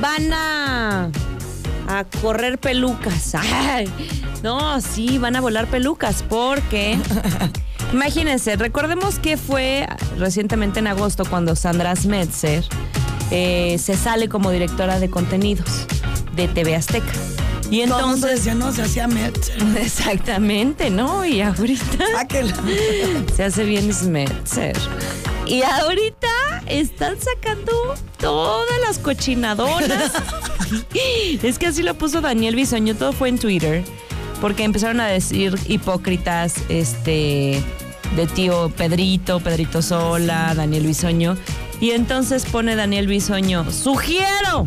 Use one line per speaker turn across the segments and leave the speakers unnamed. van a, a correr pelucas. Ay, no, sí, van a volar pelucas porque... Imagínense, recordemos que fue recientemente en agosto cuando Sandra Smetzer eh, se sale como directora de contenidos de TV Azteca. Y
Todo el mundo
entonces...
decía, no, se hacía Metzer.
Exactamente, ¿no? Y ahorita...
Sáquela.
Se hace bien Smetzer. Y ahorita están sacando todas las cochinadoras. es que así lo puso Daniel Bisoño, todo fue en Twitter. Porque empezaron a decir hipócritas, este, de tío Pedrito, Pedrito Sola, Daniel Bisoño. Y entonces pone Daniel Bisoño, sugiero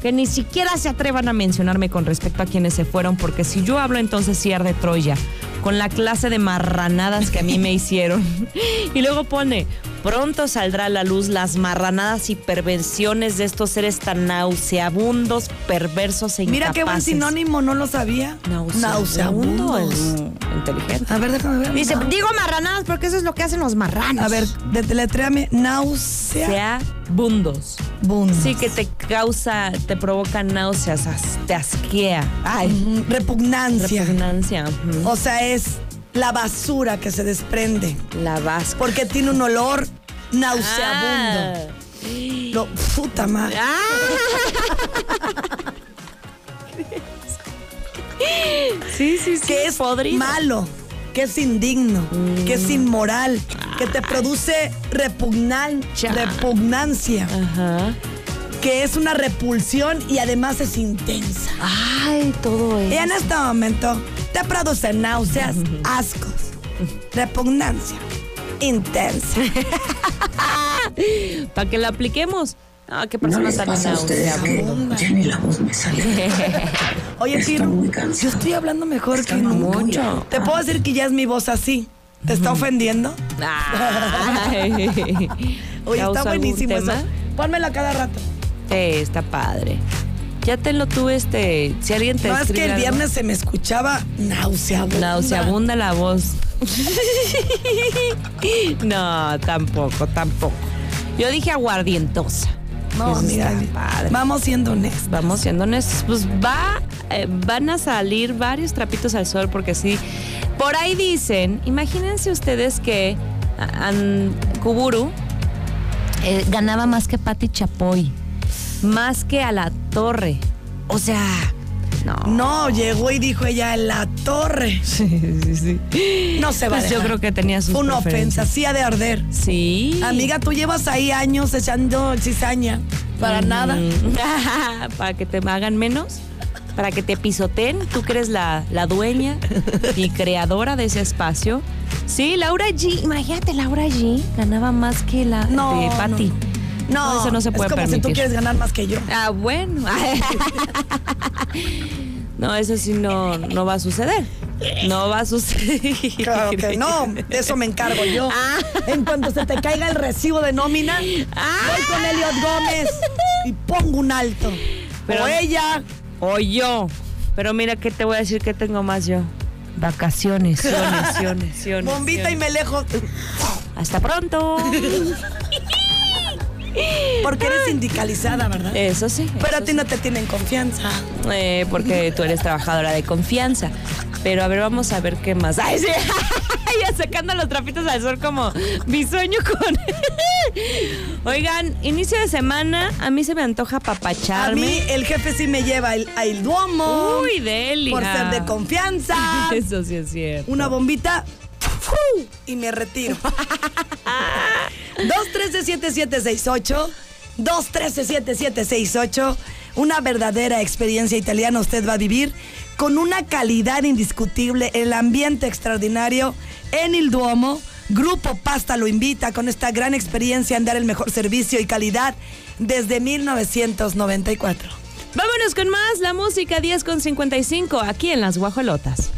que ni siquiera se atrevan a mencionarme con respecto a quienes se fueron, porque si yo hablo entonces cierde Troya, con la clase de marranadas que a mí me hicieron. Y luego pone, pronto saldrá a la luz las marranadas y pervenciones de estos seres tan nauseabundos, perversos e
Mira
incapaces.
qué buen sinónimo, no lo sabía.
Nauseabundos. Mm, Inteligente.
A ver, déjame ver.
Dice,
Nau-
digo marranadas porque eso es lo que hacen los marranos.
A ver, de- deletréame. Náusea.
Sea bundos.
Bun.
Sí, que te causa, te provoca náuseas, as- te asquea. Ay,
Ujú, Repugnancia.
repugnancia. ujú.
O sea, es la basura que se desprende.
La vas
Porque tiene un olor
Ah.
nauseabundo. Lo, puta madre.
Sí, sí, sí.
que es
podrido.
malo, que es indigno, que
Mm.
es inmoral, que te produce repugnan-
Cha.
repugnancia,
Ajá.
que es una repulsión y además es intensa.
Ay, todo
Y en
eso.
este momento te produce náuseas, ascos, repugnancia, intensa.
Para que la apliquemos. Ah, qué persona tan nauseabunda.
ya ni la voz me sale.
Oye,
Estoy
Tiro,
muy cansada.
yo estoy hablando mejor que nunca.
mucho.
Te puedo decir que ya es mi voz así. ¿Te está ofendiendo?
Ay.
Oye,
¿Causa
está
algún
buenísimo eso.
tema?
Pónmela cada rato.
Sí, está padre. Ya te lo tuve este. Si alguien te
No, es que
escribe
el
algo,
viernes se me escuchaba nauseabunda.
Nauseabunda la voz. no, tampoco, tampoco. Yo dije aguardientosa.
No,
Eso
mira,
está padre.
vamos siendo honestos.
Vamos siendo honestos, pues va, eh, van a salir varios trapitos al sol porque sí. Por ahí dicen, imagínense ustedes que a- an- Kuburu eh, ganaba más que Patti Chapoy, más que a la torre. O sea, no.
No, llegó y dijo ella en la torre.
Sí, sí, sí.
No se va a
Pues yo
dejar.
creo que tenía sus
Fue una ofensa,
preferencias.
sí ha de arder.
Sí.
Amiga, tú llevas ahí años echando cizaña. Para
Mm.
nada.
para que te hagan menos, para que te pisoteen. Tú que eres la, la dueña y creadora de ese espacio. Sí, Laura G. Imagínate, Laura G. ganaba más que la
No,
de
no,
Patty.
No,
eso no se puede
es como si tú
permitir.
quieres ganar más que yo.
Ah, bueno. no, eso sí no, no va a suceder. No va a suceder.
Claro que no, de eso me encargo yo.
Ah.
En cuanto se te caiga el recibo de nómina,
Ah.
voy con Eliot Gómez y pongo un alto.
Pero-
o ella,
O yo. Pero mira que te voy a decir que tengo más yo. Vacaciones, siones, siones, siones,
bombita y
siones.
me lejos,
Hasta pronto.
porque eres sindicalizada, ¿verdad?
Eso sí.
Pero
Ah.
a
Eh, eso
ti no te tienen confianza.
sí. Eh, porque tú eres trabajadora de confianza. Pero a ver, vamos a ver qué más. ¡Ay, sí! ya sacando los trapitos al sol como bisoño con. Oigan, inicio de semana, a mí se me antoja
A mí
papacharme.
el jefe sí me lleva el, al duomo.
Uy, Deli.
Por ser de confianza.
Eso sí es cierto.
Una bombita. ¡fu! Y me retiro. 213-7768. 213-7768. Una verdadera experiencia italiana usted va a vivir con una calidad indiscutible, el ambiente extraordinario en el Duomo. Grupo Pasta lo invita con esta gran experiencia en dar el mejor servicio y calidad desde 1994.
Vámonos con más la música 10 con 55 aquí en Las Guajolotas.